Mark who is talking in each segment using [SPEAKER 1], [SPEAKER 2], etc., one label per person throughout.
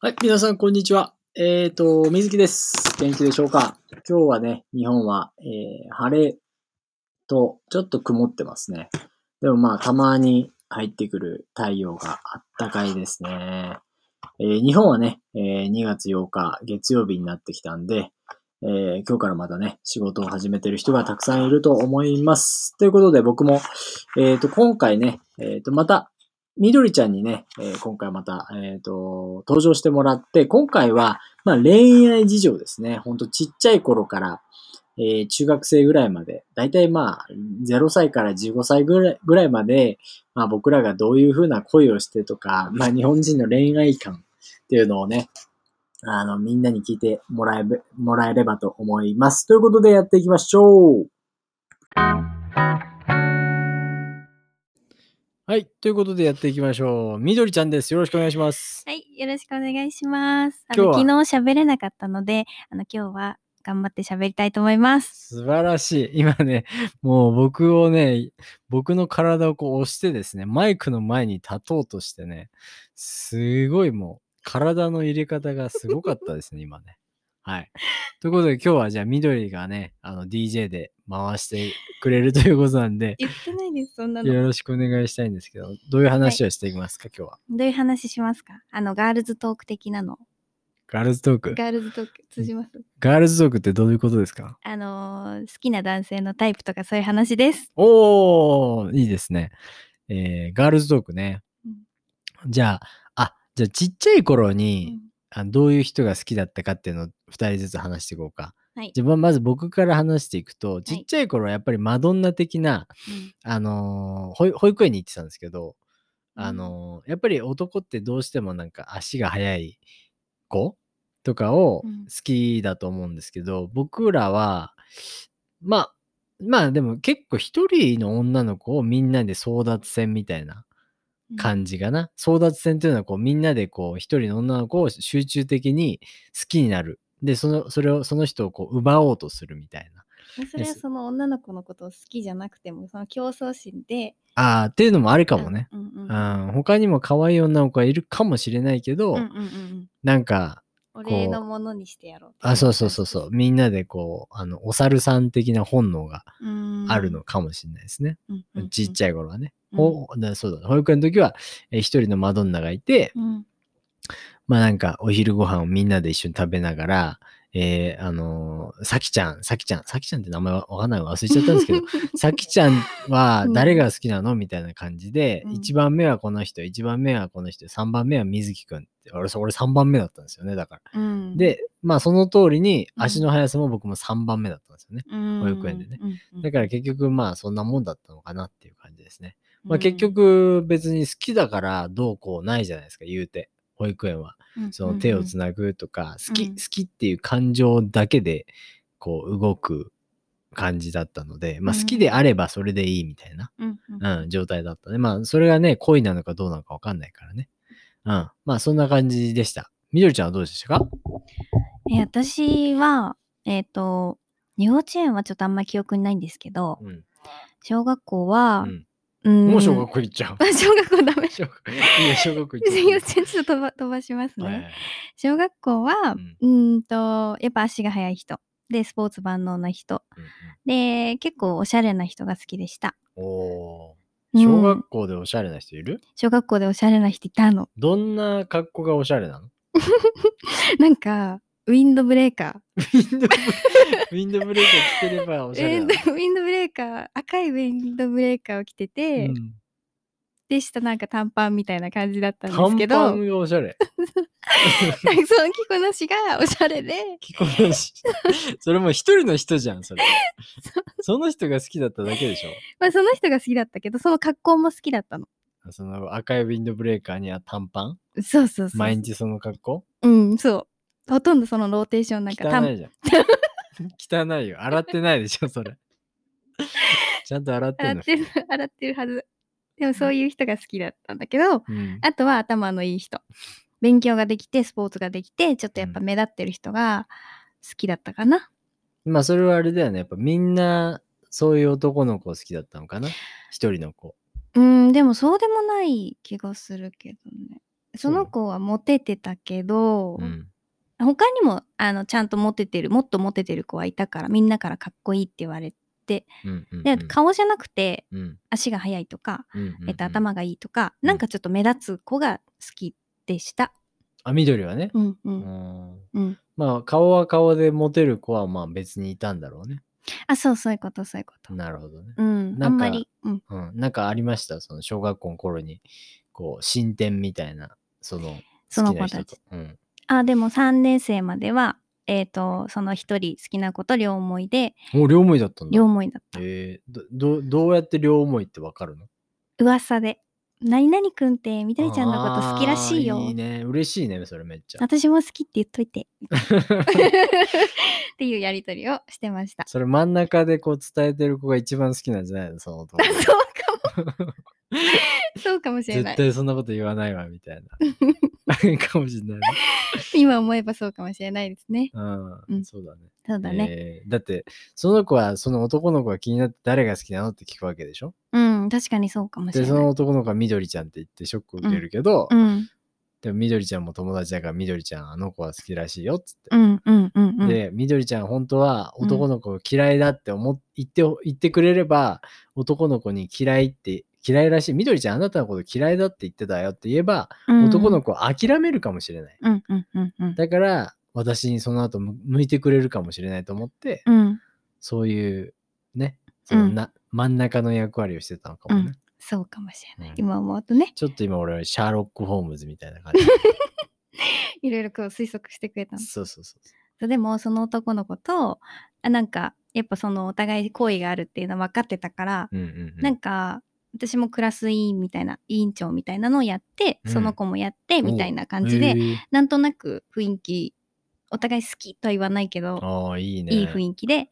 [SPEAKER 1] はい、皆さん、こんにちは。えっ、ー、と、水木です。元気でしょうか今日はね、日本は、えー、晴れと、ちょっと曇ってますね。でもまあ、たまに入ってくる太陽があったかいですね。えー日本はね、えー2月8日、月曜日になってきたんで、えー今日からまたね、仕事を始めてる人がたくさんいると思います。ということで、僕も、えっ、と、今回ね、えっ、と、また、みどりちゃんにね、えー今回また、えっ、と、登場してもらって、今回は、まあ恋愛事情ですね。ほんとちっちゃい頃から、えー中学生ぐらいまで、だいたいまあ、0歳から15歳ぐらいぐらいまで、まあ僕らがどういう風な恋をしてとか、まあ日本人の恋愛観っていうのをね、あの、みんなに聞いてもらえべ、もらえればと思います。ということでやっていきましょうはい。ということでやっていきましょう。みどりちゃんです。よろしくお願いします。
[SPEAKER 2] はい、よろしくお願いします。あ
[SPEAKER 1] 今
[SPEAKER 2] の
[SPEAKER 1] 日は
[SPEAKER 2] 昨日喋れなかったので、あの今日は頑張って喋りたいと思います。
[SPEAKER 1] 素晴らしい。今ね、もう僕をね、僕の体をこう押してですね、マイクの前に立とうとしてね、すごいもう、体の入れ方がすごかったですね、今ね。はい。ということで今日はじゃあ、緑がね、あの、DJ で回してくれるということなんで、
[SPEAKER 2] 言ってないです、そんな
[SPEAKER 1] よ
[SPEAKER 2] の。
[SPEAKER 1] ろしくお願いしたいんですけど、どういう話をしていきますか、今日は。
[SPEAKER 2] どういう話しますかあの、ガールズトーク的なの。
[SPEAKER 1] ガールズトーク。
[SPEAKER 2] ガールズトーク通じます。
[SPEAKER 1] ガールズトークってどういうことですか
[SPEAKER 2] あのー好きな男性のタイプとかそういう話です。
[SPEAKER 1] おー、いいですね。えー、ガールズトークね。じゃあ、あ、じゃあちっちゃい頃に、あどういう人が好きだったかっていうのを2人ずつ話していこうか。
[SPEAKER 2] はい
[SPEAKER 1] じゃあままず僕から話していくと、ちっちゃい頃はやっぱりマドンナ的な、
[SPEAKER 2] うん
[SPEAKER 1] あのー保保育園に行ってたんですけど、あ、のーやっぱり男ってどうしてもなんか足が速い子とかを好
[SPEAKER 2] うん
[SPEAKER 1] きだと思うんですけど、僕らはまあまあでも結構一人の女の子をみんなで争奪戦みたいな
[SPEAKER 2] うん
[SPEAKER 1] 感じかな、争奪戦というのはこうみんなでこう一人の女の子を集中的に好きになるでそのそれをその人をこう奪おうとするみたいな
[SPEAKER 2] うんそれは
[SPEAKER 1] です
[SPEAKER 2] その女の子のことを好きじゃなくても、その競争心で。
[SPEAKER 1] あーっていうのもあるかもね、
[SPEAKER 2] あ。うんう
[SPEAKER 1] う
[SPEAKER 2] ん。
[SPEAKER 1] ん、他にも可愛い女の子はいるかもしれないけど、
[SPEAKER 2] うんうんうんうん
[SPEAKER 1] なんか
[SPEAKER 2] 俺のものにしてやろうってい感
[SPEAKER 1] あ、
[SPEAKER 2] じ。
[SPEAKER 1] そうそうそうそう。みんなでこう、あの、お猿さん的な本能が
[SPEAKER 2] うん。
[SPEAKER 1] あるのかもしれないですね。
[SPEAKER 2] うんうんうん。
[SPEAKER 1] ちっちゃい頃はね。
[SPEAKER 2] うん
[SPEAKER 1] ほだそうだ。保育園の時は、えー一人のマドンナがいて、
[SPEAKER 2] うん。
[SPEAKER 1] まあなんか、お昼ご飯をみんなで一緒に食べながら、えーあのー、さきちゃん、さきちゃん、さきちゃんって名前はわかんないわ忘れちゃったんですけ ど、さきちゃんは
[SPEAKER 2] うん
[SPEAKER 1] 誰が好きなのみたいな感じで、
[SPEAKER 2] うん
[SPEAKER 1] 一1番目はこの人、1番目はこの人、3番目は水木くんって。俺、そ俺3番目だったんですよね、だから。
[SPEAKER 2] うん、
[SPEAKER 1] で、まあその通りに
[SPEAKER 2] うん
[SPEAKER 1] 足の速さも僕も3番目だったんですよね。
[SPEAKER 2] 保
[SPEAKER 1] 育園でね。
[SPEAKER 2] うんうん
[SPEAKER 1] だから結局まあそんなもんだったのかなっていう感じですね。まあ
[SPEAKER 2] うん
[SPEAKER 1] 結、局別に好きだからどうこうないじゃないですか、言うて。保育園は。
[SPEAKER 2] うん
[SPEAKER 1] その手を
[SPEAKER 2] うん
[SPEAKER 1] つなぐとか、好き、
[SPEAKER 2] う
[SPEAKER 1] 好
[SPEAKER 2] ん
[SPEAKER 1] きっていう感情だけでこう動く感じだったので、まあ
[SPEAKER 2] うん
[SPEAKER 1] 好きであればそれでいいみたいな、
[SPEAKER 2] うんうん
[SPEAKER 1] うん、状態だったね。まあそれがね、恋なのかどうなのかわかんないからね。うん。まあそんな感じでした。みどりちゃんはどうでしたか
[SPEAKER 2] え私は、えっ、と、幼稚園はちょっとあんまり記憶にないんですけど、
[SPEAKER 1] うん。
[SPEAKER 2] 小学校は
[SPEAKER 1] う、ん
[SPEAKER 2] うん
[SPEAKER 1] もう小学校行っちゃう。
[SPEAKER 2] あ 小学校ダ メ。
[SPEAKER 1] 小学校。いや、小学校行っ
[SPEAKER 2] 幼
[SPEAKER 1] ち
[SPEAKER 2] 稚園ちょっと飛ば飛ばします
[SPEAKER 1] ゃう。
[SPEAKER 2] ね。
[SPEAKER 1] はいはいはい
[SPEAKER 2] 小学校は、
[SPEAKER 1] う
[SPEAKER 2] うんーんと、やっぱ足が速い人。で、スポーツ万能な人。
[SPEAKER 1] うんうん
[SPEAKER 2] で、結構おしゃれな人が好きでした。
[SPEAKER 1] おー
[SPEAKER 2] うん
[SPEAKER 1] 小学校でおしゃれな人いる
[SPEAKER 2] 小学校でおしゃれな人いたの。
[SPEAKER 1] どんな格好がおしゃれなの
[SPEAKER 2] なんか、ウィンドブレーカ
[SPEAKER 1] ウ
[SPEAKER 2] ー。
[SPEAKER 1] ィンドブレウィンドブレーカー着てればおしゃれ
[SPEAKER 2] え
[SPEAKER 1] なの
[SPEAKER 2] ーでウィンドブレーカー赤いウィンドブレーカーを着てて、
[SPEAKER 1] うん
[SPEAKER 2] で下なんか短パンみたいな感じだったんです
[SPEAKER 1] 短
[SPEAKER 2] け
[SPEAKER 1] パ
[SPEAKER 2] どなんか
[SPEAKER 1] ンがおしゃれ。
[SPEAKER 2] その着こなしがおしゃれで
[SPEAKER 1] 着こなし。それもう一人の人じゃん、 それ。その人が好きだっただけでしょ。
[SPEAKER 2] まあその人が好きだったけどその格好も好きだったの
[SPEAKER 1] その赤いウィンドブレーカーには短パン
[SPEAKER 2] そうそうそう
[SPEAKER 1] 毎日その格好
[SPEAKER 2] うんそうほとんどそのローテーションなんか
[SPEAKER 1] 汚い
[SPEAKER 2] 短
[SPEAKER 1] じゃ ん。汚いよ。洗ってないでしょ、そ れ。ちゃんと洗って
[SPEAKER 2] 洗
[SPEAKER 1] ん
[SPEAKER 2] っ
[SPEAKER 1] の。
[SPEAKER 2] てる 洗ってるはずでもそういう人が好きだったんだけど
[SPEAKER 1] うん
[SPEAKER 2] あとは頭のいい人勉強ができてスポーツができてちょっとやっぱ
[SPEAKER 1] うん
[SPEAKER 2] 目立ってる人が好きだったかな、
[SPEAKER 1] まあ、それはあれだよね。やっぱみんな、そういう男の子好きだったのかな一人の子。
[SPEAKER 2] うんでもそうでもない気がするけどね。その子はモテてたけど、
[SPEAKER 1] うん。
[SPEAKER 2] 他にもあのちゃんとモテてるもっとモテてる子はいたからみんなからかっこいいって言われて
[SPEAKER 1] うん。うん。
[SPEAKER 2] で、
[SPEAKER 1] うん、
[SPEAKER 2] 顔じゃなくて
[SPEAKER 1] うん。
[SPEAKER 2] 足が速いとか、
[SPEAKER 1] うん。うん
[SPEAKER 2] えっと、。頭がいいとか、
[SPEAKER 1] うん
[SPEAKER 2] なんかちょっと目立つ子が好きでした。
[SPEAKER 1] あ、緑はね。
[SPEAKER 2] うんう
[SPEAKER 1] うんん。
[SPEAKER 2] うん、
[SPEAKER 1] まあ、顔は顔でモテる子は、まあ別にいたんだろうね。
[SPEAKER 2] あそうそういうことそういうこと。
[SPEAKER 1] なるほどね。
[SPEAKER 2] うん、
[SPEAKER 1] な
[SPEAKER 2] あ
[SPEAKER 1] ん
[SPEAKER 2] ん
[SPEAKER 1] か
[SPEAKER 2] まり、うん、
[SPEAKER 1] うん。なんかありましたその小学校の頃に、こう、進展みたいな、その、
[SPEAKER 2] その
[SPEAKER 1] 好きな
[SPEAKER 2] 子
[SPEAKER 1] 人
[SPEAKER 2] た
[SPEAKER 1] と
[SPEAKER 2] ち。。
[SPEAKER 1] うん。
[SPEAKER 2] あでも3年生までは、えっとその一人好きな子と両思いで
[SPEAKER 1] もう両思いだったんだ。
[SPEAKER 2] 両思いだった。
[SPEAKER 1] えー、どどどうやって両思いってわかるの
[SPEAKER 2] 噂で「何々くんってみどりちゃんのこと好きらしいよ」
[SPEAKER 1] あーいいね。嬉しいね、それめっちゃ。
[SPEAKER 2] 私も好きって言っとい て」っていうやりとりをしてました。
[SPEAKER 1] それ真ん中でこう伝えてる子が一番好きなんじゃない のその男
[SPEAKER 2] そうかも。そうかもしれな
[SPEAKER 1] 絶
[SPEAKER 2] い。
[SPEAKER 1] 対そんなこと言わないわ、み たいな。かもしれないね。
[SPEAKER 2] 今思えばそうかもしれないですね。
[SPEAKER 1] うん、
[SPEAKER 2] うん
[SPEAKER 1] そうだね。
[SPEAKER 2] そうだね。
[SPEAKER 1] えーだって、その子は、その男の子が気になって誰が好きなのって聞くわけでしょ
[SPEAKER 2] うん、確かにそうかもし
[SPEAKER 1] で、
[SPEAKER 2] れ
[SPEAKER 1] その
[SPEAKER 2] ない。
[SPEAKER 1] 男の子はみどりちゃんって言ってショックを受けるけど、
[SPEAKER 2] うん、
[SPEAKER 1] でもみどりちゃんも友達だからみどりちゃんあの子は好きらしいよっつって。
[SPEAKER 2] うん、うん、うん、うん。
[SPEAKER 1] で、みどりちゃん本当は
[SPEAKER 2] うん
[SPEAKER 1] 男の子を嫌いだって思っ言って言ってくれれば、男の子に嫌いって、嫌いらしい。みどりちゃんあなたのこと嫌いだって言ってたよって言えば、
[SPEAKER 2] うん
[SPEAKER 1] 男の子を諦めるかもしれない。
[SPEAKER 2] うん、うん、うん、うん。
[SPEAKER 1] だから、私にその後む向いてくれるかもしれないと思って、
[SPEAKER 2] うん、
[SPEAKER 1] そういう、ね、その
[SPEAKER 2] うん
[SPEAKER 1] な真ん中の役割をしてたのかもね。
[SPEAKER 2] うんそうかもしれない。
[SPEAKER 1] うん
[SPEAKER 2] 今思うとね、
[SPEAKER 1] ちょっと今俺はシャーロック・ホームズみたいな感 じ。
[SPEAKER 2] いろいろこう推測してくれたの。
[SPEAKER 1] そうそうそう。
[SPEAKER 2] そうでも、その男の子と、あなんか、やっぱそのお互い好意があるっていうのは分かってたから、
[SPEAKER 1] うんうんうん、
[SPEAKER 2] なんか、私もクラス委員みたいな、委員長みたいなのをやって、
[SPEAKER 1] うん
[SPEAKER 2] その子もやって、みたいな感じ
[SPEAKER 1] へ
[SPEAKER 2] で、
[SPEAKER 1] ー
[SPEAKER 2] なんとなく雰囲気、お互い好きとは言わないけど、
[SPEAKER 1] ああ、いいね。
[SPEAKER 2] いい雰囲気で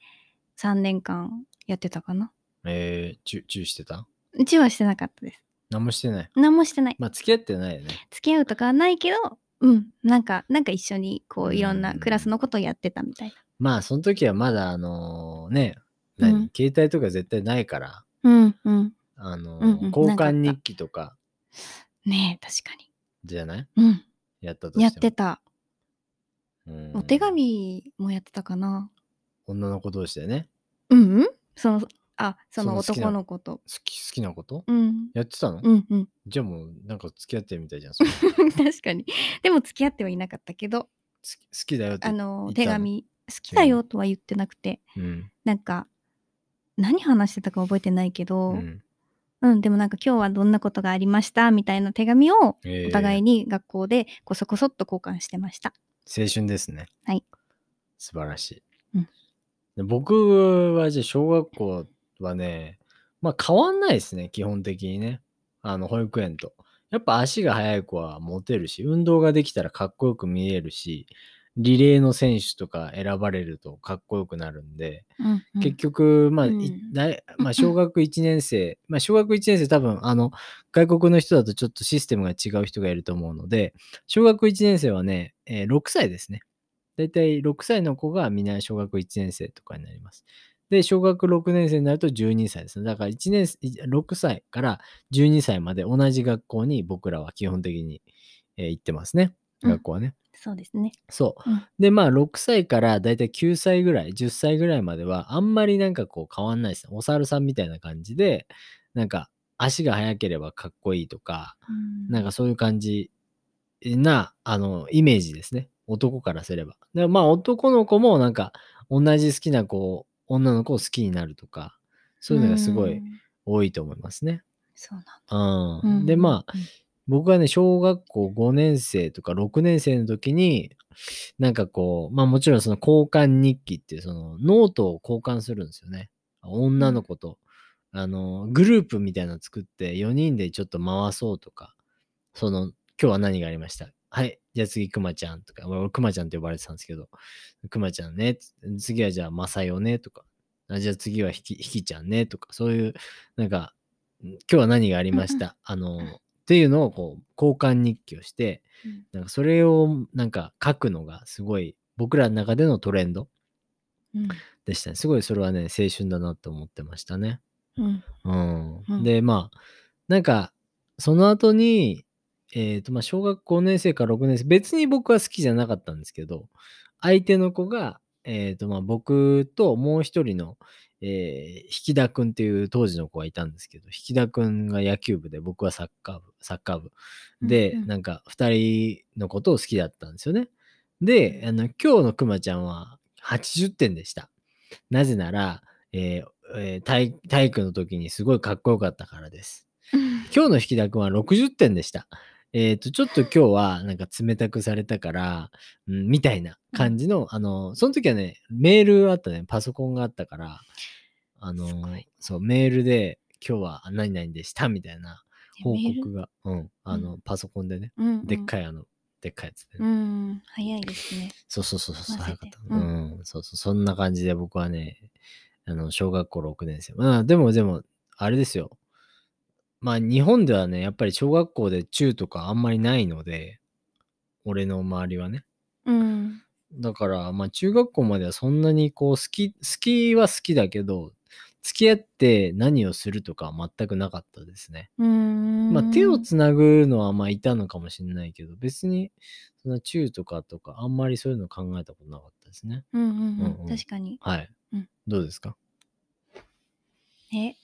[SPEAKER 2] 3年間やってたかな。
[SPEAKER 1] えー、チュチューしてた
[SPEAKER 2] うちはしてなかったです。
[SPEAKER 1] 何もしてない。
[SPEAKER 2] 何もしてない。
[SPEAKER 1] まあ、付き合ってないよね。
[SPEAKER 2] 付き合うとかはないけど、うん、なんか、なんか一緒にこ
[SPEAKER 1] う
[SPEAKER 2] うんいろんなクラスのことをやってたみたい
[SPEAKER 1] まあ、その時はまだ、あのーね、
[SPEAKER 2] うん
[SPEAKER 1] 何、携帯とか絶対ないから、
[SPEAKER 2] な。うんうん。
[SPEAKER 1] あのー
[SPEAKER 2] うんうん
[SPEAKER 1] 交
[SPEAKER 2] なかった
[SPEAKER 1] 換日記とか
[SPEAKER 2] ねえ、確か
[SPEAKER 1] じゃない
[SPEAKER 2] に。
[SPEAKER 1] やったと
[SPEAKER 2] うん。やっ
[SPEAKER 1] して
[SPEAKER 2] て
[SPEAKER 1] も。
[SPEAKER 2] た。
[SPEAKER 1] うん
[SPEAKER 2] お手紙もやってたかな。
[SPEAKER 1] 女の子同士でね、
[SPEAKER 2] うん、うん、その、あ、その
[SPEAKER 1] その好きな
[SPEAKER 2] 男の子と。
[SPEAKER 1] 好き、好きなこと
[SPEAKER 2] うん。
[SPEAKER 1] やってたの、
[SPEAKER 2] うんうん。
[SPEAKER 1] じゃあもう、なんか付き合 ってるみたいじゃん。それ好
[SPEAKER 2] 確かに。でも付き合ってはいなかったけど、
[SPEAKER 1] き好きだよって。
[SPEAKER 2] あの、
[SPEAKER 1] 言
[SPEAKER 2] 手
[SPEAKER 1] ったの
[SPEAKER 2] 紙、好きだよとは言ってなくて、
[SPEAKER 1] うん。
[SPEAKER 2] なんか、何話してたか覚えてないけ
[SPEAKER 1] う
[SPEAKER 2] ど、
[SPEAKER 1] ん
[SPEAKER 2] うん、でもなんか今日はどんなことがありましたみたいな手紙を
[SPEAKER 1] えー
[SPEAKER 2] お互いに学校でこそこそっと交換してました。
[SPEAKER 1] 青春ですね。
[SPEAKER 2] はい。
[SPEAKER 1] 素晴らしい。
[SPEAKER 2] うん
[SPEAKER 1] で僕はじゃあ小学校はね、まあ変わんないですね、基本的にね。あの、保育園と。やっぱ足が速い子はモテるし、運動ができたらかっこよく見えるし、リレーの選手とか選ばれるとかっこよくなるんで、
[SPEAKER 2] うんうん
[SPEAKER 1] 結局、まあ、い
[SPEAKER 2] うん
[SPEAKER 1] 大まあ、小学1年生、まあ、小学1年生多分、あの、外国の人だとちょっとシステムが違う人がいると思うので、小学1年生はね、えー6歳ですね。だいたい6歳の子がみんな小学1年生とかになります。で、小学6年生になると12歳ですね。だから1年生、い6歳から12歳まで同じ学校に僕らは基本的に、えー行ってますね。
[SPEAKER 2] うん
[SPEAKER 1] 学校はね。
[SPEAKER 2] そうですね。
[SPEAKER 1] そう
[SPEAKER 2] うん。
[SPEAKER 1] で、まあ、6歳からだいたい9歳ぐらい、10歳ぐらいまでは、あんまりなんかこう変わんないですね。お猿さんみたいな感じで、なんか足が速ければかっこいいとか、なんかそういう感じな、あの、イメージですね。男からすれば。でまあ、男の子もなんか、同じ好きな子、女の子を好きになるとか、そういうのがすご
[SPEAKER 2] う
[SPEAKER 1] い
[SPEAKER 2] ん
[SPEAKER 1] 多いと思いますね。
[SPEAKER 2] そうなんだ
[SPEAKER 1] うん。
[SPEAKER 2] うん
[SPEAKER 1] で、まあ、
[SPEAKER 2] うん
[SPEAKER 1] 僕はね、小学校5年生とか6年生の時に、なんかこう、まあもちろんその交換日記っていう、そのノートを交換するんですよね。女の子と、あの、グループみたいなの作って4人でちょっと回そうとか、その、今日は何がありましたはい、じゃあ次、くまちゃんとか、俺、俺くまちゃんって呼ばれてたんですけど、くまちゃんね、つって次はじゃあ、まさよね、とか、あじゃあ次はひき、ひきちゃんね、とか、そういう、なんか、ん今日は何がありましたあの、っていうのをこう交換日記をして、
[SPEAKER 2] うん
[SPEAKER 1] なんかそれをなんか書くのがすごい僕らの中でのトレンド
[SPEAKER 2] うん
[SPEAKER 1] でしたね。すごいそれはね、青春だなと思ってましたね。
[SPEAKER 2] うん
[SPEAKER 1] うん。
[SPEAKER 2] うん
[SPEAKER 1] で、まあ、なんかその後に、えっ、と、まあ、小学5年生から6年生、別に僕は好きじゃなかったんですけど、相手の子が、えっ、と、まあ、僕ともう一人の、えー、引田くんっていう当時の子がいたんですけど、引田くんが野球部で、僕はサッカー部、サッカー部。で、
[SPEAKER 2] うんうん
[SPEAKER 1] なんか、二人のことを好きだったんですよね。で、あの、今日のくまちゃんは80点でした。なぜなら、えーえー体体育の時にすごいかっこよかったからです。今日の引田君は60点でした。えっ、と、ちょっと今日はなんか冷たくされたから、うん、みたいな感じの、あの、その時はね、メールあったね、パソコンがあったから、あの
[SPEAKER 2] すごい、
[SPEAKER 1] そう、メールで、今日は何々でしたみたいな報告が、うん、あの、
[SPEAKER 2] う
[SPEAKER 1] パソコンでね、で
[SPEAKER 2] で
[SPEAKER 1] っかいあの、でっかいやつでね、
[SPEAKER 2] うん、早いですね。
[SPEAKER 1] そうそうそうそう、
[SPEAKER 2] 混
[SPEAKER 1] 早
[SPEAKER 2] ぜ
[SPEAKER 1] かってた。うん、そうそう、そんな感じで僕はね、あの、小学校6年生。まあ、でもでも、あれですよ。まあ、日本ではね、やっぱり小学校で中とかあんまりないので、俺の周りはね。
[SPEAKER 2] うん。
[SPEAKER 1] だから、まあ、中学校まではそんなにこう、好き、好きは好きだけど、付き合って何をするとかは全くなかったですね。
[SPEAKER 2] うん。
[SPEAKER 1] まあ、手をつなぐのはまあいたのかもしれないけど、別に、そんな中とかとか、あんまりそういうの考えたことなかったですね。
[SPEAKER 2] うんうん
[SPEAKER 1] うんう
[SPEAKER 2] うんん。確かに。
[SPEAKER 1] はい。
[SPEAKER 2] うん
[SPEAKER 1] どうですか
[SPEAKER 2] え、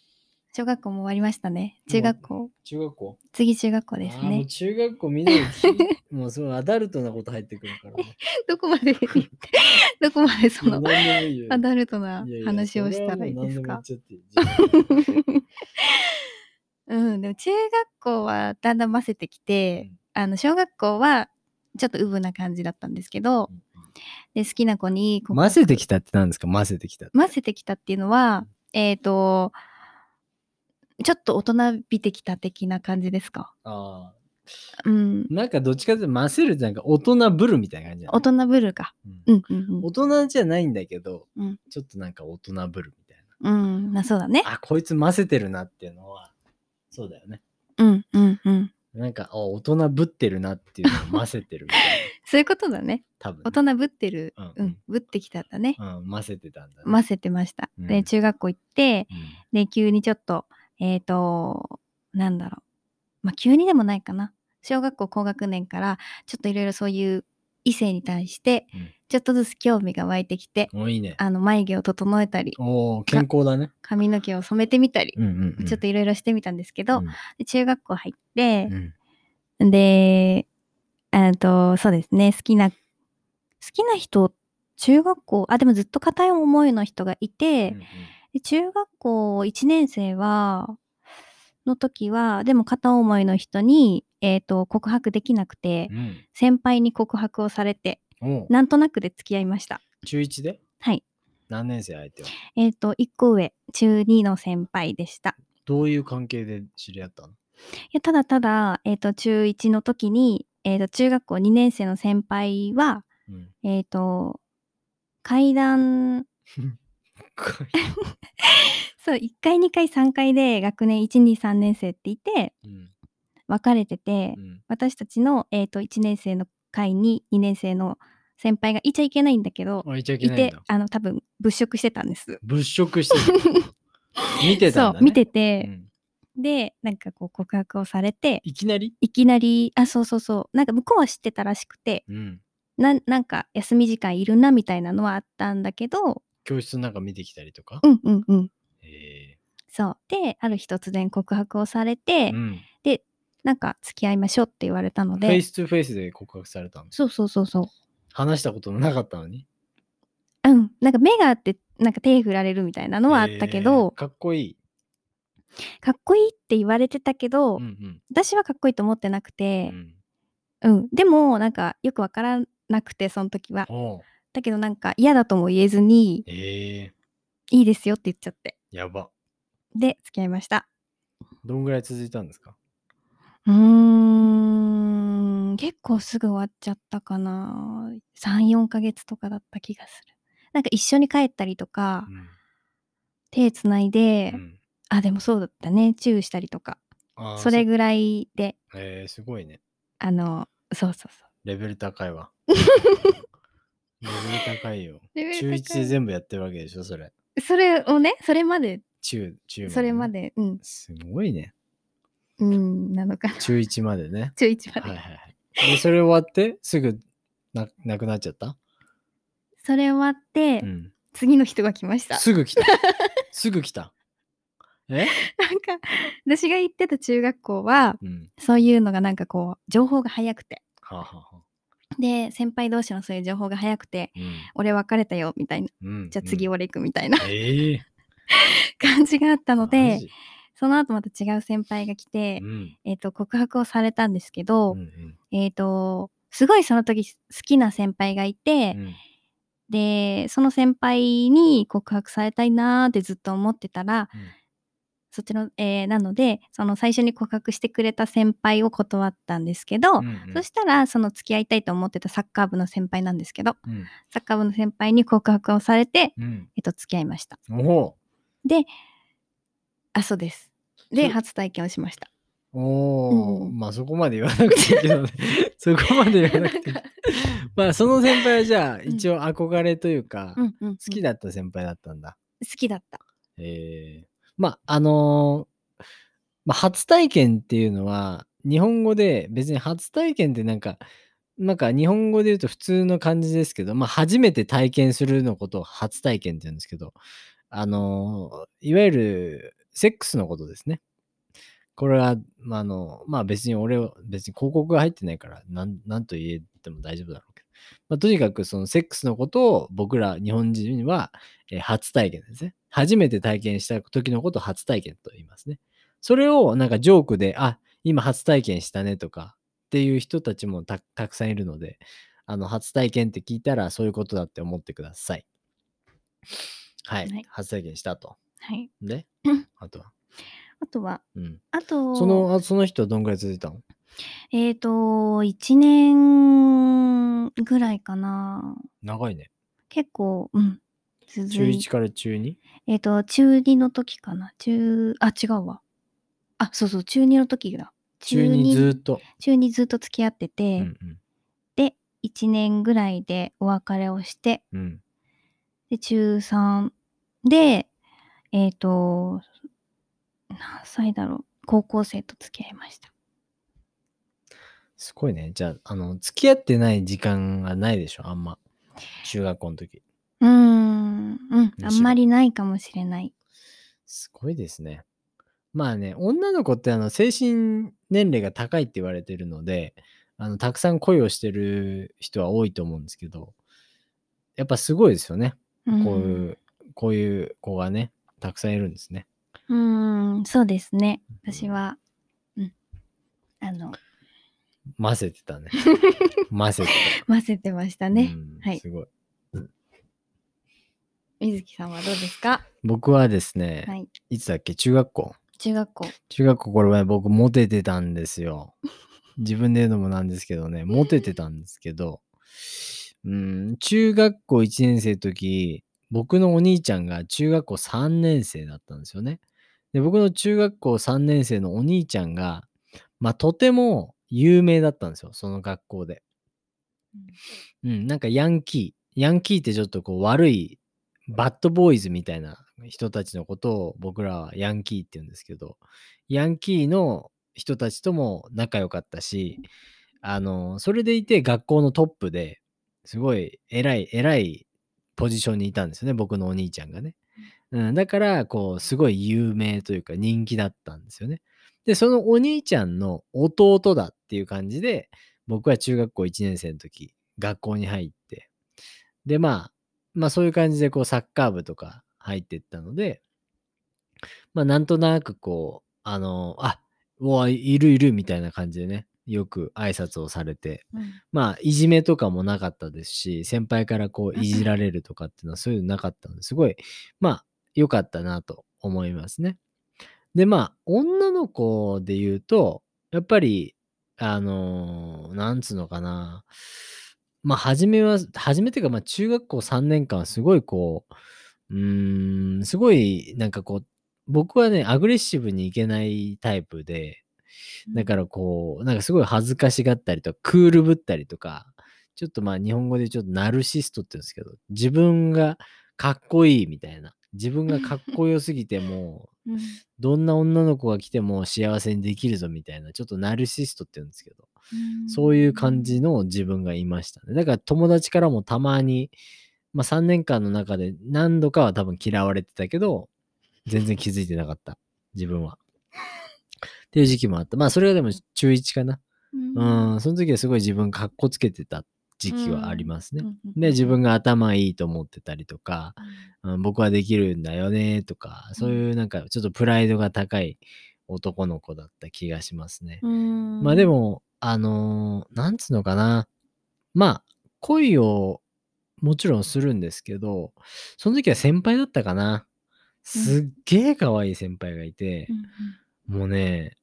[SPEAKER 2] 小学校も終わりましたね。中学校。
[SPEAKER 1] 中学校
[SPEAKER 2] 次中学校です
[SPEAKER 1] あーもう
[SPEAKER 2] ね。
[SPEAKER 1] 中学校みんなに 聞いもうすごいアダルトなこと入ってくるから、ね。
[SPEAKER 2] どこまで どこまでその
[SPEAKER 1] いや何でもいいよ
[SPEAKER 2] アダルトない
[SPEAKER 1] やいや
[SPEAKER 2] 話をしたらいいですか
[SPEAKER 1] それはもう何でも言っちゃっていい
[SPEAKER 2] うん、でも中学校はだんだん混ぜてきて、あの小学校はちょっとウブな感じだったんですけど、
[SPEAKER 1] うん
[SPEAKER 2] で好きな子にこう
[SPEAKER 1] 混ぜてきたって何ですか混ぜてきたって。
[SPEAKER 2] 混ぜてきたっていうのは、えっ、と、ちょっと大人びてきた的な感じですか。
[SPEAKER 1] あ
[SPEAKER 2] うん。
[SPEAKER 1] ーなんかどっちかというと混ぜるってなんか大人ぶるみたいな感じだね
[SPEAKER 2] 大人ぶるか。
[SPEAKER 1] う
[SPEAKER 2] うんんうん
[SPEAKER 1] 大人じゃないんだけど、
[SPEAKER 2] うん
[SPEAKER 1] ちょっとなんか大人ぶるみたい
[SPEAKER 2] うん。うん、まあそうだね。
[SPEAKER 1] な。あ、こいつ混ぜてるなっていうのは、そうだよね。
[SPEAKER 2] うんうんうん。
[SPEAKER 1] なんか、あ大人ぶってるなっていうのを混ぜてるみたいな。
[SPEAKER 2] そういうことだね。
[SPEAKER 1] 多分ね、
[SPEAKER 2] 大人ぶってる。
[SPEAKER 1] うん
[SPEAKER 2] うん。ぶってきたんだね。
[SPEAKER 1] うん、混ぜてたんだ、ね。
[SPEAKER 2] 混ぜてました。
[SPEAKER 1] う
[SPEAKER 2] で、
[SPEAKER 1] ん
[SPEAKER 2] 中学校行って、
[SPEAKER 1] うん
[SPEAKER 2] で、急にちょっと、えっ、と、なんだろう。まあ、急にでもないかな。小学校高学年から、ちょっといろいろそういう異性に対して
[SPEAKER 1] うん、
[SPEAKER 2] ちょっとずつ興味が湧いてきて、
[SPEAKER 1] おいいね。
[SPEAKER 2] あの、眉毛を整えたり、
[SPEAKER 1] おお健康だね。
[SPEAKER 2] 髪の毛を染めてみたり、
[SPEAKER 1] うんうんうん
[SPEAKER 2] ちょっといろいろしてみたんですけど、
[SPEAKER 1] うん
[SPEAKER 2] で中学校入って
[SPEAKER 1] う、ん
[SPEAKER 2] で、えっと、そうですね、好きな、好きな人、中学校、あ、でもずっと固い思いの人がいて、
[SPEAKER 1] うんうん
[SPEAKER 2] で中学校1年生は、の時は、でも片思いの人に、えっ、と、告白できなくて、
[SPEAKER 1] うん
[SPEAKER 2] 先輩に告白をされて、
[SPEAKER 1] おう
[SPEAKER 2] なんとなくで付き合いました。
[SPEAKER 1] 中一で
[SPEAKER 2] はい。
[SPEAKER 1] 何年生相手は
[SPEAKER 2] えっ、と、1個上、中2の先輩でした。
[SPEAKER 1] どういう関係で知り合ったの
[SPEAKER 2] いやただただ、えっ、と、中1の時に、えっ、と、中学校2年生の先輩は、
[SPEAKER 1] うん。
[SPEAKER 2] えっ、と、階段、そう、1階、2階、3階で学年1、2、3年生っていて、
[SPEAKER 1] うん
[SPEAKER 2] 分かれてて
[SPEAKER 1] う、ん
[SPEAKER 2] 私たちの、えー、と1年生の会に2年生の先輩がいちゃいけないんだけど
[SPEAKER 1] あ、いちゃいけ
[SPEAKER 2] い
[SPEAKER 1] ないん
[SPEAKER 2] て
[SPEAKER 1] だ。
[SPEAKER 2] あの多分物色してたんです。
[SPEAKER 1] 物色 してた見てたんだ、ね。
[SPEAKER 2] そう見て
[SPEAKER 1] う
[SPEAKER 2] て、
[SPEAKER 1] ん
[SPEAKER 2] でなんかこう告白をされて
[SPEAKER 1] いきなり
[SPEAKER 2] いきなりあそうそうそうなんか向こうは知ってたらしくて
[SPEAKER 1] うん。
[SPEAKER 2] なんなんか休み時間いるなみたいなのはあったんだけど
[SPEAKER 1] 教室なんか見てきたりとか。
[SPEAKER 2] うんうんうん
[SPEAKER 1] え
[SPEAKER 2] そうである日突然告白をされて、
[SPEAKER 1] ーうん。
[SPEAKER 2] なんか付き合いましょうって言われたの
[SPEAKER 1] フェイ
[SPEAKER 2] で
[SPEAKER 1] ストゥフェイスで告白されたの
[SPEAKER 2] そうそうそうそう
[SPEAKER 1] 話したこともなかったのに。
[SPEAKER 2] うんなんか目があってなんか手振られるみたいなのはあったけ
[SPEAKER 1] えー、
[SPEAKER 2] ど
[SPEAKER 1] かっこいい。
[SPEAKER 2] かっこいいって言われてたけど、
[SPEAKER 1] うん
[SPEAKER 2] 私はかっこいいと思ってなく
[SPEAKER 1] うん。う
[SPEAKER 2] て、
[SPEAKER 1] ん、
[SPEAKER 2] うんでもなんかよくわからなくてその時は
[SPEAKER 1] おう
[SPEAKER 2] だけどなんか嫌だとも言えずに
[SPEAKER 1] ええ
[SPEAKER 2] いいですよって言っちゃって
[SPEAKER 1] やば。
[SPEAKER 2] で付き合いました
[SPEAKER 1] どんぐらい続いたんですか
[SPEAKER 2] うーん結構すぐ終わっちゃったかな34ヶ月とかだった気がするなんか一緒に帰ったりとか、手つないで、
[SPEAKER 1] うん
[SPEAKER 2] あでもそうだったねチューしたりとか
[SPEAKER 1] あー
[SPEAKER 2] それぐらいで
[SPEAKER 1] そうえー、すごいね。
[SPEAKER 2] あのそうそうそう
[SPEAKER 1] レベル高い わ。レベル高いよ。
[SPEAKER 2] レベル
[SPEAKER 1] 中
[SPEAKER 2] 高い
[SPEAKER 1] 1で全部やってるわけでしょ、それ。
[SPEAKER 2] それをねそれまで
[SPEAKER 1] 中、中、
[SPEAKER 2] それま
[SPEAKER 1] で。
[SPEAKER 2] で、うん、
[SPEAKER 1] すごいね。
[SPEAKER 2] うん、なのかな。
[SPEAKER 1] 中1までね。
[SPEAKER 2] 中1ま
[SPEAKER 1] はい
[SPEAKER 2] で。
[SPEAKER 1] はいはい。で、それ終わって、すぐな、なくなっちゃった
[SPEAKER 2] それ終わって、
[SPEAKER 1] うん。
[SPEAKER 2] 次の人が来ました。
[SPEAKER 1] すぐ来 た。すぐ来た。え
[SPEAKER 2] なんか、私が行ってた中学校は、
[SPEAKER 1] うん。
[SPEAKER 2] そういうのがなんかこう、情報が早くて。
[SPEAKER 1] はあ、はあはあ、
[SPEAKER 2] で、先輩同士のそういう情報が早くて、
[SPEAKER 1] う
[SPEAKER 2] 俺別れたよ、みたいな。
[SPEAKER 1] ん。うん。
[SPEAKER 2] じゃあ次
[SPEAKER 1] は。
[SPEAKER 2] 俺行くみたいな
[SPEAKER 1] ええ
[SPEAKER 2] 感じがあったの
[SPEAKER 1] マ
[SPEAKER 2] で、
[SPEAKER 1] ジ
[SPEAKER 2] その後また違う先輩が来て
[SPEAKER 1] う、ん。
[SPEAKER 2] えっ、と、告白をされたんですけど、
[SPEAKER 1] うんうん
[SPEAKER 2] えっ、と、すごいその時好きな先輩がいて、
[SPEAKER 1] うん
[SPEAKER 2] で、その先輩に告白されたいなーってずっと思ってたら、
[SPEAKER 1] うん
[SPEAKER 2] そっちの、えーなので、その最初に告白してくれた先輩を断ったんですけど、
[SPEAKER 1] うんうん
[SPEAKER 2] そしたら、その付き合いたいと思ってたサッカー部の先輩なんですけど、
[SPEAKER 1] うん
[SPEAKER 2] サッカー部の先輩に告白をされて、
[SPEAKER 1] うん。
[SPEAKER 2] えっと、付き合いました。
[SPEAKER 1] お
[SPEAKER 2] あ、そうです。で、
[SPEAKER 1] そ
[SPEAKER 2] 初体験をしました。
[SPEAKER 1] おおお、
[SPEAKER 2] うん
[SPEAKER 1] まあそこまで言わなくていいけどね そこまで言わなくていい
[SPEAKER 2] なんか
[SPEAKER 1] まあその先輩はじゃあ
[SPEAKER 2] ん
[SPEAKER 1] 一応憧れというか、
[SPEAKER 2] うんうんうん、好
[SPEAKER 1] 好きだった先輩だったんだ、
[SPEAKER 2] 好きだった。
[SPEAKER 1] ええまああのーまあ、初体験っていうのは日本語で別に初体験ってなんかなんか日本語で言うと普通の感じですけど、まあ、初めて体験するのことを初体験って言うんですけどあのーいわゆるセックスのことですねこれは、まあ、あの、まあ別に俺は、別に広告が入ってないから、なん、なんと言えても大丈夫だろうけど。まあとにかく、そのセックスのことを僕ら日本人は、えー初体験ですね。初めて体験した時のことを初体験と言いますね。それをなんかジョークで、あ、今初体験したねとかっていう人たちもたたくさんいるので、あの、初体験って聞いたらそういうことだって思ってください。はい。
[SPEAKER 2] はい
[SPEAKER 1] 初体験したと。
[SPEAKER 2] はい。
[SPEAKER 1] で
[SPEAKER 2] うん、
[SPEAKER 1] あとは。
[SPEAKER 2] あとは、
[SPEAKER 1] うん。
[SPEAKER 2] あと、
[SPEAKER 1] その、あその人はどんぐらい続いたの
[SPEAKER 2] えっ、と、1年ぐらいかな。
[SPEAKER 1] 長いね。
[SPEAKER 2] 結構、うん。続い
[SPEAKER 1] 中1から中 2?
[SPEAKER 2] えっ、と、中2の時かな。中、あ、違うわ。あ、そうそう、中2の時だ。
[SPEAKER 1] 中2ずーっと。
[SPEAKER 2] 中2ずっと付き合って
[SPEAKER 1] う
[SPEAKER 2] て、
[SPEAKER 1] ん
[SPEAKER 2] で、1年ぐらいでお別れをして、
[SPEAKER 1] うん。うん。
[SPEAKER 2] で、中3で、えっ、と、何歳だろう。高校生と付き合いました。
[SPEAKER 1] すごいね。じゃあ、あの、付き合ってない時間がないでしょ、あんま。中学校の時。
[SPEAKER 2] うーん、うん、
[SPEAKER 1] ろ
[SPEAKER 2] あんまりないかもしれない。
[SPEAKER 1] すごいですね。まあね、女の子ってあの精神年齢が高いって言われてるので、あのたくさん恋をしてる人は多いと思うんですけど、やっぱすごいですよね。
[SPEAKER 2] うん
[SPEAKER 1] こういう、こういう子がね、たくさんいるんですね。
[SPEAKER 2] うーん、そうですね。私は、うん。あ の、
[SPEAKER 1] 混ぜてた ね。混ぜて
[SPEAKER 2] 混ぜてました
[SPEAKER 1] た。
[SPEAKER 2] ね
[SPEAKER 1] う。ん
[SPEAKER 2] はい
[SPEAKER 1] すごい。
[SPEAKER 2] 水木さんはどうですか
[SPEAKER 1] 僕はですね、、
[SPEAKER 2] はいい。
[SPEAKER 1] つだっけ中学校
[SPEAKER 2] 中学校。、
[SPEAKER 1] 中学校これはね僕モテてたんです よ自分で言うのもなんですけどねモテてたんですけどうん中学校1年生の時僕のお兄ちゃんが中学校3年生だったんですよねで僕の中学校3年生のお兄ちゃんがまあとても有名だったんですよその学校でうん、なんかヤンキー。ヤンキーってちょっとこう悪い、バッドボーイズみたいな人たちのことを僕らはヤンキーって言うんですけど、ヤンキーの人たちとも仲良かったし、あの、それでいて学校のトップですごい偉い、偉いポジションにいたんですよね、僕のお兄ちゃんがね。うん、だから、こう、すごい有名というか人気だったんですよね。で、そのお兄ちゃんの弟だっていう感じで、僕は中学校1年生の時学校に入ってでまあまあそういう感じでこうサッカー部とか入ってったのでまあなんとなくこうあのあうわいるいるみたいな感じでねよく挨拶をされてまあいじめとかもなかったですし先輩からこういじられるとかっていうのはそういうのなかったのですごいまあ良かったなと思いますね。でまあ女の子で言うとやっぱりあのーなんつうのかなまあ初めは初めてかまあ中学校3年間はすごいこううーんすごいなんかこう僕はねアグレッシブにいけないタイプでだかららこう、なんかすごい恥ずかしがったりとか、クールぶったりとか、ちょっとまあ日本語でちょっとナルシストって言うんですけど、自分がかっこいいみたいな自分がかっこよすぎて もう、
[SPEAKER 2] うん
[SPEAKER 1] どんな女の子が来ても幸せにできるぞみたいな、ちょっとナルシストって言うんですけど、そういう感じの自分がいましたね。だから友達からもたまに、まあ3年間の中で何度かは多分嫌われてたけど、全然気づいてなかった。自分は。っていう時期もあった。まあそれがでも中1かな。
[SPEAKER 2] うん
[SPEAKER 1] うん、その時はすごい自分かっこつけてた時期はありますね。
[SPEAKER 2] うん
[SPEAKER 1] で、自分が頭いいと思ってたりとか、うん、僕はできるんだよねとか、そういうなんかちょっとプライドが高い男の子だった気がしますね。
[SPEAKER 2] うん
[SPEAKER 1] まあでも、あのーなんつうのかな。まあ、恋をもちろんするんですけど、その時は先輩だったかな。すっげえ可愛い先輩がいて
[SPEAKER 2] う、ん
[SPEAKER 1] もうね、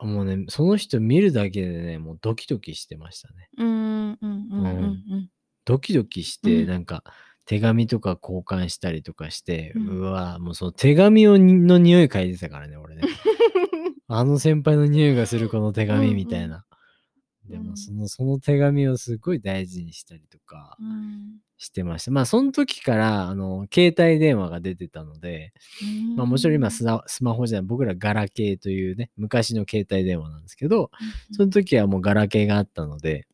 [SPEAKER 1] もうね、その人見るだけでね、もうドキドキしてましたね。
[SPEAKER 2] うんうんうんうんうん
[SPEAKER 1] ドキドキし
[SPEAKER 2] う
[SPEAKER 1] て、
[SPEAKER 2] ん
[SPEAKER 1] なんか、手紙とか交換したりとかして、
[SPEAKER 2] う
[SPEAKER 1] うんわもうその手紙をにの匂い嗅いでたからね、俺ね。あの先輩の匂いがするこの手
[SPEAKER 2] うんう
[SPEAKER 1] 紙
[SPEAKER 2] ん
[SPEAKER 1] みたいな。
[SPEAKER 2] うん
[SPEAKER 1] でもその、その手紙をすごい大事にしたりとか
[SPEAKER 2] うんうん
[SPEAKER 1] してました。まあ、その時から、あの、携帯電話が出てたので、
[SPEAKER 2] うん
[SPEAKER 1] まあ、もちろん今スマ、スマホじゃない、僕らガラケーというね、昔の携帯電話なんですけど、その時はもうガラケーがあったので、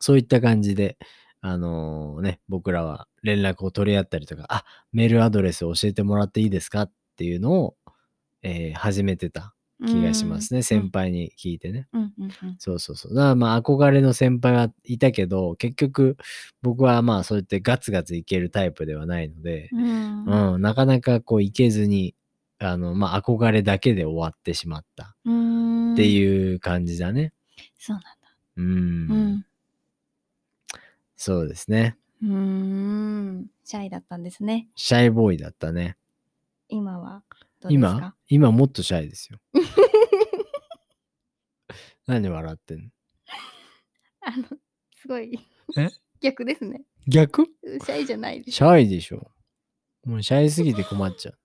[SPEAKER 1] そういった感じで、あのね、僕らは連絡を取り合ったりとか、あ、メールアドレス教えてもらっていいですかっていうのを、えー始めてた気がしますね。先。輩に聞いてね。
[SPEAKER 2] うんうんうんうん
[SPEAKER 1] そうそうそう。だからまあ憧れの先輩はいたけど、結局僕はまあそうやってガツガツいけるタイプではないので、
[SPEAKER 2] うんうん
[SPEAKER 1] うん、なかなかこういけずに、あの、まあ憧れだけで終わってしまった
[SPEAKER 2] うん
[SPEAKER 1] って
[SPEAKER 2] うん。
[SPEAKER 1] いう感じだね。
[SPEAKER 2] そうなんだ。
[SPEAKER 1] うん
[SPEAKER 2] うん。
[SPEAKER 1] そうですね。
[SPEAKER 2] うーん。シャイだったんですね。
[SPEAKER 1] シャイボーイだったね。
[SPEAKER 2] 今はどうです
[SPEAKER 1] 今
[SPEAKER 2] か
[SPEAKER 1] 今もっとシャイです よ。何笑ってんの
[SPEAKER 2] あの、すごい
[SPEAKER 1] え。
[SPEAKER 2] 逆ですね。
[SPEAKER 1] 逆
[SPEAKER 2] シャイじゃないです。
[SPEAKER 1] シャイでしょ。もうシャイすぎて困っ ちゃう。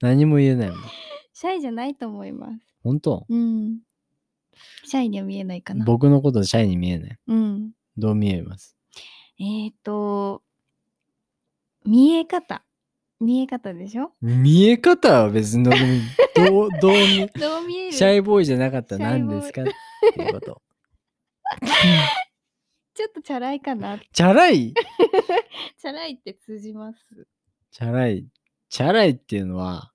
[SPEAKER 1] 何も言えないもん。
[SPEAKER 2] シャイじゃないと思います。
[SPEAKER 1] 本当
[SPEAKER 2] うん。シャイには見えないかな。
[SPEAKER 1] 僕のことシャイに見えない。
[SPEAKER 2] うん。
[SPEAKER 1] どう見えます
[SPEAKER 2] えっと、見え方。見え方でしょ
[SPEAKER 1] 見え方は別にどう でもどうどう見
[SPEAKER 2] どう見える
[SPEAKER 1] シャイボーイじゃなかったら
[SPEAKER 2] シャイボ
[SPEAKER 1] 何
[SPEAKER 2] ーイ
[SPEAKER 1] ですかっていうこと。
[SPEAKER 2] ちょっとチャラいかな。
[SPEAKER 1] チャラい
[SPEAKER 2] チャラいって通じます。
[SPEAKER 1] チャラい、チャラいっていうのは、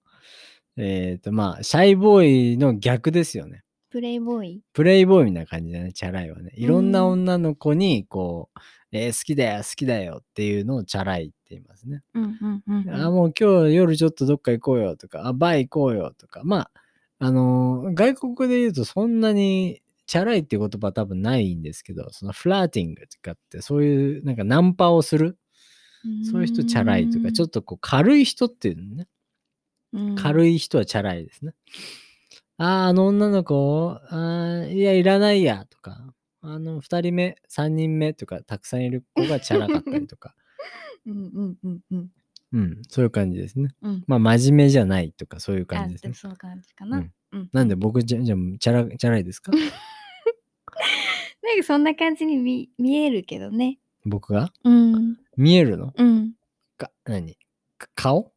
[SPEAKER 1] えっ、と、まあ、シャイボーイの逆ですよね。
[SPEAKER 2] プレイボーイ。
[SPEAKER 1] プレイボーイみたいな感じだね、チャラいはね。いろんな女の子に、こう、えー好きだよ、好きだよっていうのをチャラいって言いますね。
[SPEAKER 2] うんうんうんうん
[SPEAKER 1] あー、もう今日夜ちょっとどっか行こうよとか、あ、バー行こうよとか。まあ、あのー外国で言うとそんなに、チャラいって言葉は多分ないんですけど、そのフラーティングとかって、そういうなんかナンパをする、そういう人チャラいとか、ちょっとこう軽い人っていうのね。軽
[SPEAKER 2] い。
[SPEAKER 1] い人はチャラいですね。ああ、あの女の子、あーいや、いらないや、とか、あの、二人目、三人目とか、たくさんいる子がチャラかったりと か、
[SPEAKER 2] うんうんうんうん。
[SPEAKER 1] うん、そういう感じですね。
[SPEAKER 2] うん。
[SPEAKER 1] まあ、真面目じゃないとか、そういう感じです
[SPEAKER 2] あ
[SPEAKER 1] ね。
[SPEAKER 2] そういう感じか
[SPEAKER 1] う
[SPEAKER 2] な。
[SPEAKER 1] ん
[SPEAKER 2] うん。
[SPEAKER 1] なんで僕、じゃ、じゃあ、チャラ、チャラいですか
[SPEAKER 2] なんかそんな感じに見見えるけどね。
[SPEAKER 1] 僕が
[SPEAKER 2] うん。
[SPEAKER 1] 見えるの
[SPEAKER 2] うん。
[SPEAKER 1] か、何か顔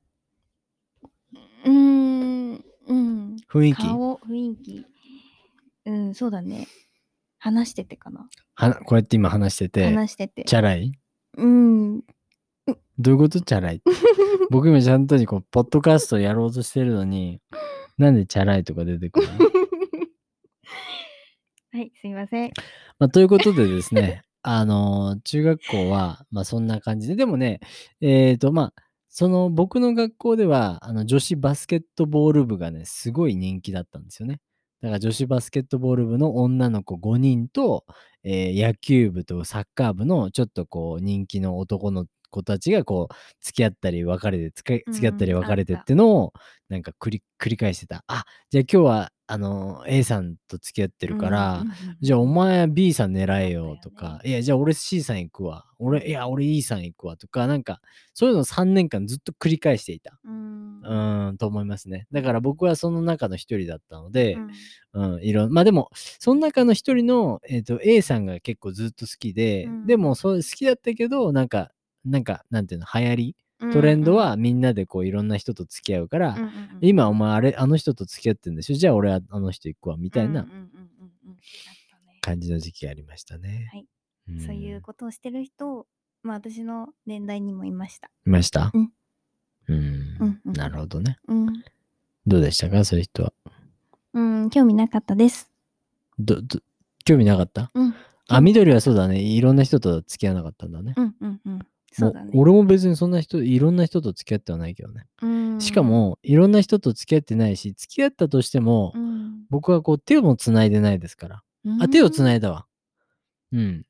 [SPEAKER 2] うん。うん。
[SPEAKER 1] 雰囲気
[SPEAKER 2] 顔、雰囲気。うん、そうだね。話しててかな。
[SPEAKER 1] はなこうやって今話してて、
[SPEAKER 2] 話してて。
[SPEAKER 1] チャラい
[SPEAKER 2] うん。
[SPEAKER 1] どういうことチャラいって僕今ちゃんとにこう、ポッドカストやろうとしてるのに、なんでチャラいとか出てくるの
[SPEAKER 2] はい、すいません。
[SPEAKER 1] まあ、ということでですね、あのー中学校は、まあ、そんな感じで、でもね、えっ、と、まあ、その僕の学校では、あの女子バスケットボール部がね、すごい人気だったんですよね。だから女子バスケットボール部の女の子5人と、えー野球部とサッカー部のちょっとこう人気の男の子たちがこう付き合ったり別れてつけ
[SPEAKER 2] うん
[SPEAKER 1] 付き合ったり別れて
[SPEAKER 2] あった
[SPEAKER 1] ってのをなんか繰り繰り返してた。あじゃあ今日はあの A さんと付き合ってるから、
[SPEAKER 2] うんうんうんうん、
[SPEAKER 1] じゃあお前は B さん狙えよと
[SPEAKER 2] そうだ
[SPEAKER 1] か
[SPEAKER 2] よ、
[SPEAKER 1] いやじゃあ俺 C さん行くわ、俺いや俺 E さん行くわとか、なんかそういうのを3年間ずっと繰り返していた。
[SPEAKER 2] うん。
[SPEAKER 1] うーんと思いますね。だから僕はその中の一人だったので
[SPEAKER 2] う、ん
[SPEAKER 1] うん、いろんまあでも、その中の一人の、えっと A さんが結構ずっと好きで、
[SPEAKER 2] うん
[SPEAKER 1] でもそう好きだったけど、なんか、なんか、なんていうの、流行り、
[SPEAKER 2] う
[SPEAKER 1] トレンドはみんなでこういろんな人と付き合うから、
[SPEAKER 2] うんうんうん、
[SPEAKER 1] 今お前あれあの人と付き合ってんでしょじゃあ俺はあの人行くわみ
[SPEAKER 2] み
[SPEAKER 1] たいな
[SPEAKER 2] は
[SPEAKER 1] 感じの時期がありましたね。
[SPEAKER 2] はい
[SPEAKER 1] ん
[SPEAKER 2] そういうことをしてる人、まあ私の年代にもいました。
[SPEAKER 1] いました
[SPEAKER 2] うん
[SPEAKER 1] うん
[SPEAKER 2] うんうん
[SPEAKER 1] なるほどね。
[SPEAKER 2] うん、
[SPEAKER 1] どうでしたかそういう人は。
[SPEAKER 2] うん、興味なかったです。
[SPEAKER 1] どど興味なかった
[SPEAKER 2] うん、
[SPEAKER 1] あ、緑はそうだね。いろんな人と付き合わなかったんだね。
[SPEAKER 2] うん、うん、うん、そうだね
[SPEAKER 1] も。俺も別にそんな人、いろんな人と付き合ってはないけどね。
[SPEAKER 2] うん
[SPEAKER 1] しか、も、いろんな人と付き合ってないし、付き合ったとしても、
[SPEAKER 2] うん、
[SPEAKER 1] 僕はこう手もつないでないですから。あ、手をつないだわ。うん。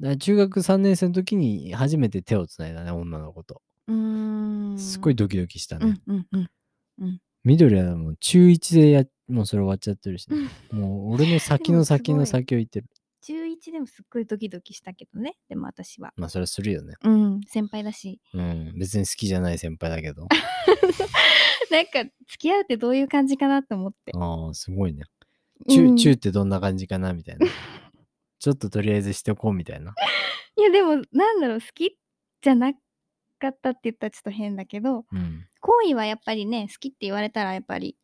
[SPEAKER 1] だから中学3年生の時に初めて手をつないだね、女の子と。
[SPEAKER 2] うん、
[SPEAKER 1] すっごいドキドキしたね。
[SPEAKER 2] うん、うん、うん、
[SPEAKER 1] 緑はもう中1でや、もうそれ終わっちゃってるしね、
[SPEAKER 2] うん
[SPEAKER 1] もう俺の先の先の 先を言ってる。
[SPEAKER 2] 中一でもすっごいドキドキしたけどね、でも私は。
[SPEAKER 1] まあそれはするよね。
[SPEAKER 2] うん、先輩だし。
[SPEAKER 1] うん。別に好きじゃない先輩だけど。
[SPEAKER 2] なんか、付き合うってどういう感じかなと思って。
[SPEAKER 1] ああ、すごいね。中、
[SPEAKER 2] うん
[SPEAKER 1] 中ってどんな感じかなみたいな。ちょっととりあえずしておこうみたいな。
[SPEAKER 2] いや、でも、なんだろう、好きじゃなかったって言ったらちょっと変だけど、
[SPEAKER 1] うん。
[SPEAKER 2] 好意はやっぱりね、好きって言われたら、やっぱり、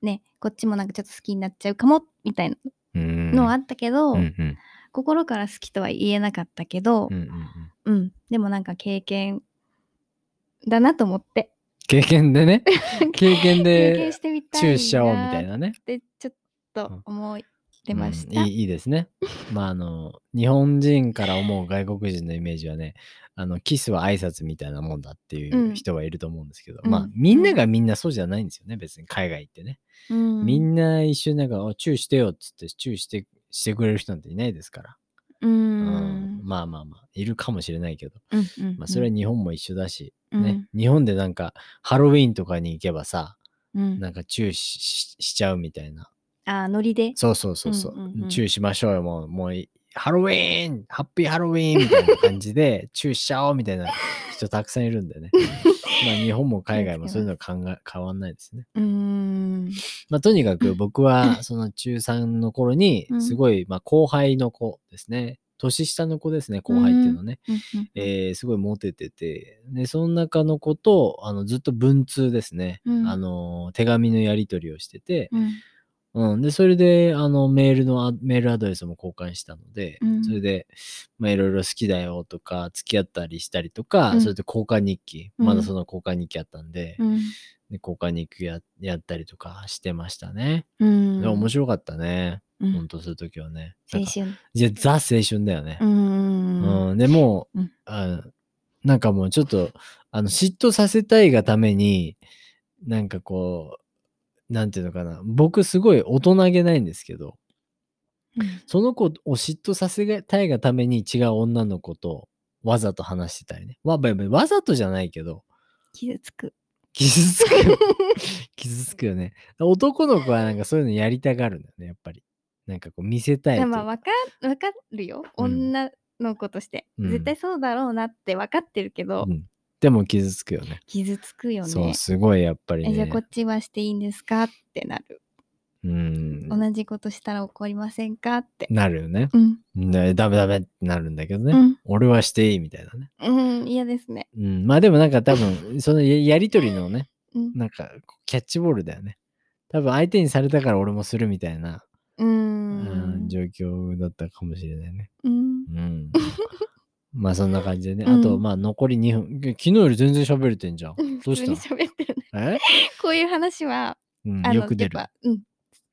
[SPEAKER 2] ね、こっちもなんかちょっと好きになっちゃうかも、みたいな
[SPEAKER 1] うん。
[SPEAKER 2] のはあったけど、
[SPEAKER 1] うんうん
[SPEAKER 2] 心から好きとは言えなかったけど
[SPEAKER 1] うんう、んうん。
[SPEAKER 2] うん、でもなんか経験だなと思って。
[SPEAKER 1] 経験で ね経験
[SPEAKER 2] 経験
[SPEAKER 1] で
[SPEAKER 2] してみたいな。
[SPEAKER 1] チューしちゃおうみたい。なね
[SPEAKER 2] ってちょっと思ってました。
[SPEAKER 1] うんいいいいですねまああの日本人から思う外国人のイメージはねあのキスは挨拶みたいなもんだっていううん人はいると思うんですけど、
[SPEAKER 2] うん
[SPEAKER 1] まあみんながみんなそうじゃないんですよね別に海外行ってね、
[SPEAKER 2] うん
[SPEAKER 1] みんな一緒になんかおチューしてよっつってチューしてしてくれる人なんていないですから、
[SPEAKER 2] う。
[SPEAKER 1] うんまあまあまあいるかもしれないけど、
[SPEAKER 2] うんうん
[SPEAKER 1] まあ、それは日本も一緒だし、
[SPEAKER 2] うん
[SPEAKER 1] ね日本でなんかハロウィーンとかに行けばさ
[SPEAKER 2] うん
[SPEAKER 1] なんかチューしししちゃうみたいな
[SPEAKER 2] あーノリで。
[SPEAKER 1] そうそうそうそう。
[SPEAKER 2] うんうんうん
[SPEAKER 1] チューしましょうよ。もう、もうい、ハロウィーンハッピーハロウィーンみたいな感じ で、チューしちゃおうみたいな人たくさんいるんでね。まあ、日本も海外もそういうの考え変わんないですね。
[SPEAKER 2] うーん。
[SPEAKER 1] まあ、とにかく僕は、その中3の頃に
[SPEAKER 2] う、ん
[SPEAKER 1] すごい、まあ、後輩の子ですね。年下の子ですね、後輩っていうのはね。えーすごいモテてて、で、その中の子と、あの、ずっと文通ですね。
[SPEAKER 2] うん
[SPEAKER 1] あの、手紙のやり取りをしてて、
[SPEAKER 2] うん
[SPEAKER 1] うん。で、それで、あの、メールのア、メールアドレスも交換したので、
[SPEAKER 2] うん
[SPEAKER 1] それで、まあ、いろいろ好きだよとか、付き合ったりしたりとか、
[SPEAKER 2] うん
[SPEAKER 1] それで交換日記、
[SPEAKER 2] うん
[SPEAKER 1] まだその交換日記あったんで、
[SPEAKER 2] うん
[SPEAKER 1] で交換日記ややったりとかしてましたね。
[SPEAKER 2] うん。
[SPEAKER 1] でも面白かったね。
[SPEAKER 2] うん
[SPEAKER 1] ほんと、そういう時はね。
[SPEAKER 2] 青
[SPEAKER 1] なんか
[SPEAKER 2] 春。
[SPEAKER 1] いや、ザ青春だよね
[SPEAKER 2] う。ん。
[SPEAKER 1] うん。でもう、
[SPEAKER 2] うん
[SPEAKER 1] あのなんかもうちょっと、あの、嫉妬させたいがために、なんかこう、なんていうのかな。僕すごい大人げないんですけど、その子を嫉妬させたいがために違う女の子とわざと話してたりね。わばばわざとじゃないけど、
[SPEAKER 2] 傷つく。
[SPEAKER 1] 傷つ くよ。傷つくよね。男の子はなんかそういうのやりたがるんだよね、やっぱり。なんかこう見せたいという
[SPEAKER 2] まあ
[SPEAKER 1] か。
[SPEAKER 2] わかわかるよ。
[SPEAKER 1] うん
[SPEAKER 2] 女の子として、
[SPEAKER 1] うん
[SPEAKER 2] 絶対そうだろうなって分かってるけど、
[SPEAKER 1] うんでも傷つくよね。
[SPEAKER 2] 傷つくよね。
[SPEAKER 1] そう、すごいやっぱり
[SPEAKER 2] えじゃあ
[SPEAKER 1] ね
[SPEAKER 2] こ。っちはしていいんですかってなる、
[SPEAKER 1] うん。
[SPEAKER 2] 同じことしたら怒りませんかって。
[SPEAKER 1] なるよね。
[SPEAKER 2] うん。
[SPEAKER 1] ねダメダメってなるんだけどね。
[SPEAKER 2] うん
[SPEAKER 1] 俺はしていいみたいなね。
[SPEAKER 2] うん。嫌ですね。
[SPEAKER 1] うん。まあでもなんか多分、 そのややりとりのね、
[SPEAKER 2] うん。
[SPEAKER 1] なんかこうキャッチボールだよね。多分相手にされたから俺もするみたいな、
[SPEAKER 2] う。
[SPEAKER 1] うん状況だったかもしれないね。
[SPEAKER 2] うん。
[SPEAKER 1] うん。 まあそんな感じでね。
[SPEAKER 2] うん
[SPEAKER 1] あと、まあ残り2分。昨日より全然喋れてんじゃん。 どうし
[SPEAKER 2] 普通に喋ってるね。
[SPEAKER 1] たのえ、
[SPEAKER 2] こういう話は、
[SPEAKER 1] うん、
[SPEAKER 2] あの、
[SPEAKER 1] よく出る
[SPEAKER 2] やっ。ぱうん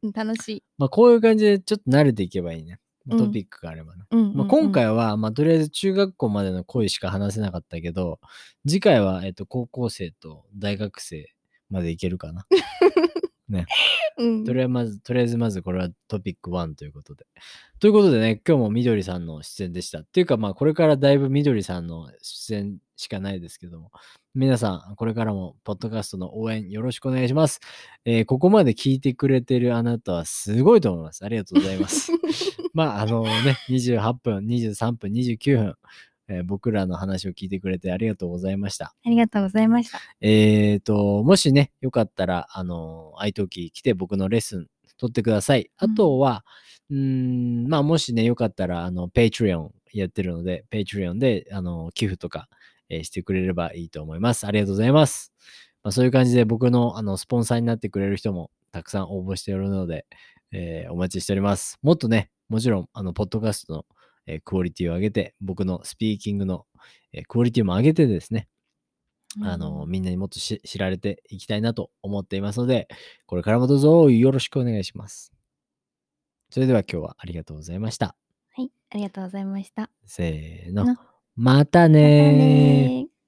[SPEAKER 2] うん。楽しい。
[SPEAKER 1] まあこういう感じでちょっと慣れていけばいいね。まあ
[SPEAKER 2] うん
[SPEAKER 1] トピックがあればね。
[SPEAKER 2] うんうんうん
[SPEAKER 1] まあ、今回は、まあ、とりあえず中学校までの恋しか話せなかったけど、次回は、えっと、高校生と大学生までいけるかな。
[SPEAKER 2] うん
[SPEAKER 1] とりあえず、まず、とりあえず、まずこれはトピック1ということで。ということでね、今日もみどりさんの出演でした。っていうか、まあ、これからだいぶみどりさんの出演しかないですけども、皆さん、これからも、ポッドキャストの応援よろしくお願いします。えーここまで聞いてくれてるあなたはすごいと思います。ありがとうござい ます。まあ、あのね、28分、23分、29分、えー僕らの話を聞いてくれてありがとうございました。
[SPEAKER 2] ありがとうございました。
[SPEAKER 1] えっ、と、もしね、よかったら、あの、愛登記来て僕のレッスン取ってください。あ
[SPEAKER 2] うん
[SPEAKER 1] とは、うーん、まあ、もしね、よかったら、あの、Patreon やってるので、Patreon で、あの、寄付とか、えーしてくれればいいと思います。ありがとうございます。まあ、そういう感じで僕のあのスポンサーになってくれる人もたくさん応募しておるので、えーお待ちしております。もっとね、もちろん、あの、ポッドキャストの、えークオリティを上げて、僕のスピーキングの、えークオリティも上げてですね、あの、みんなにもっとし知られていきたいなと思っていますので、これからもどうぞよろしくお願いします。それでは今日はありがとうございました。
[SPEAKER 2] はい、ありがとうございました。
[SPEAKER 1] せーの
[SPEAKER 2] の。
[SPEAKER 1] またねー
[SPEAKER 2] またねー